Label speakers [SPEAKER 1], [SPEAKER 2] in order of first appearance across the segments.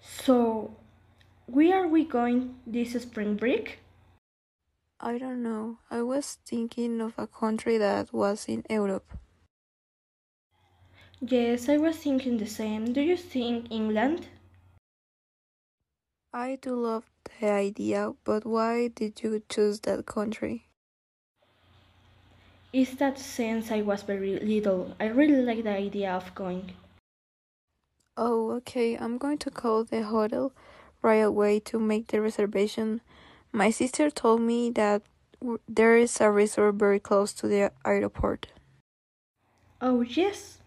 [SPEAKER 1] So, where are we going this spring break?
[SPEAKER 2] I don't know. I was thinking of a country that was in Europe.
[SPEAKER 1] Yes, I was thinking the same. Do you think England?
[SPEAKER 2] I do love the idea, but why did you choose that country?
[SPEAKER 1] Is that since I was very little, I really like the idea of going.
[SPEAKER 2] Oh, okay. I'm going to call the hotel right away to make the reservation. My sister told me that w- there is a resort very close to the airport.
[SPEAKER 1] Oh, yes.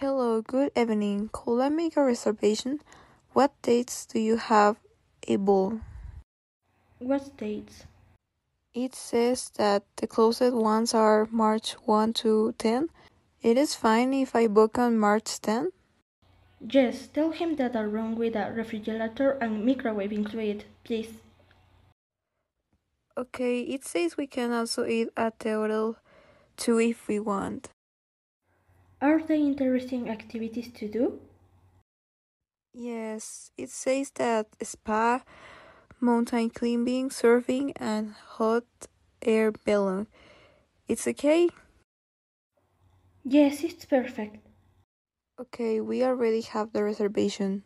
[SPEAKER 2] Hello, good evening. Could I make a reservation? What dates do you have able?
[SPEAKER 1] What dates?
[SPEAKER 2] It says that the closest ones are March 1 to 10. It is fine if I book on March 10.
[SPEAKER 1] Yes, tell him that a room with a refrigerator and microwave included, please.
[SPEAKER 2] Okay, it says we can also eat at the hotel too if we want.
[SPEAKER 1] Are there interesting activities to do?
[SPEAKER 2] Yes, it says that spa, mountain climbing, surfing, and hot air balloon. It's okay?
[SPEAKER 1] Yes, it's perfect.
[SPEAKER 2] Okay, we already have the reservation.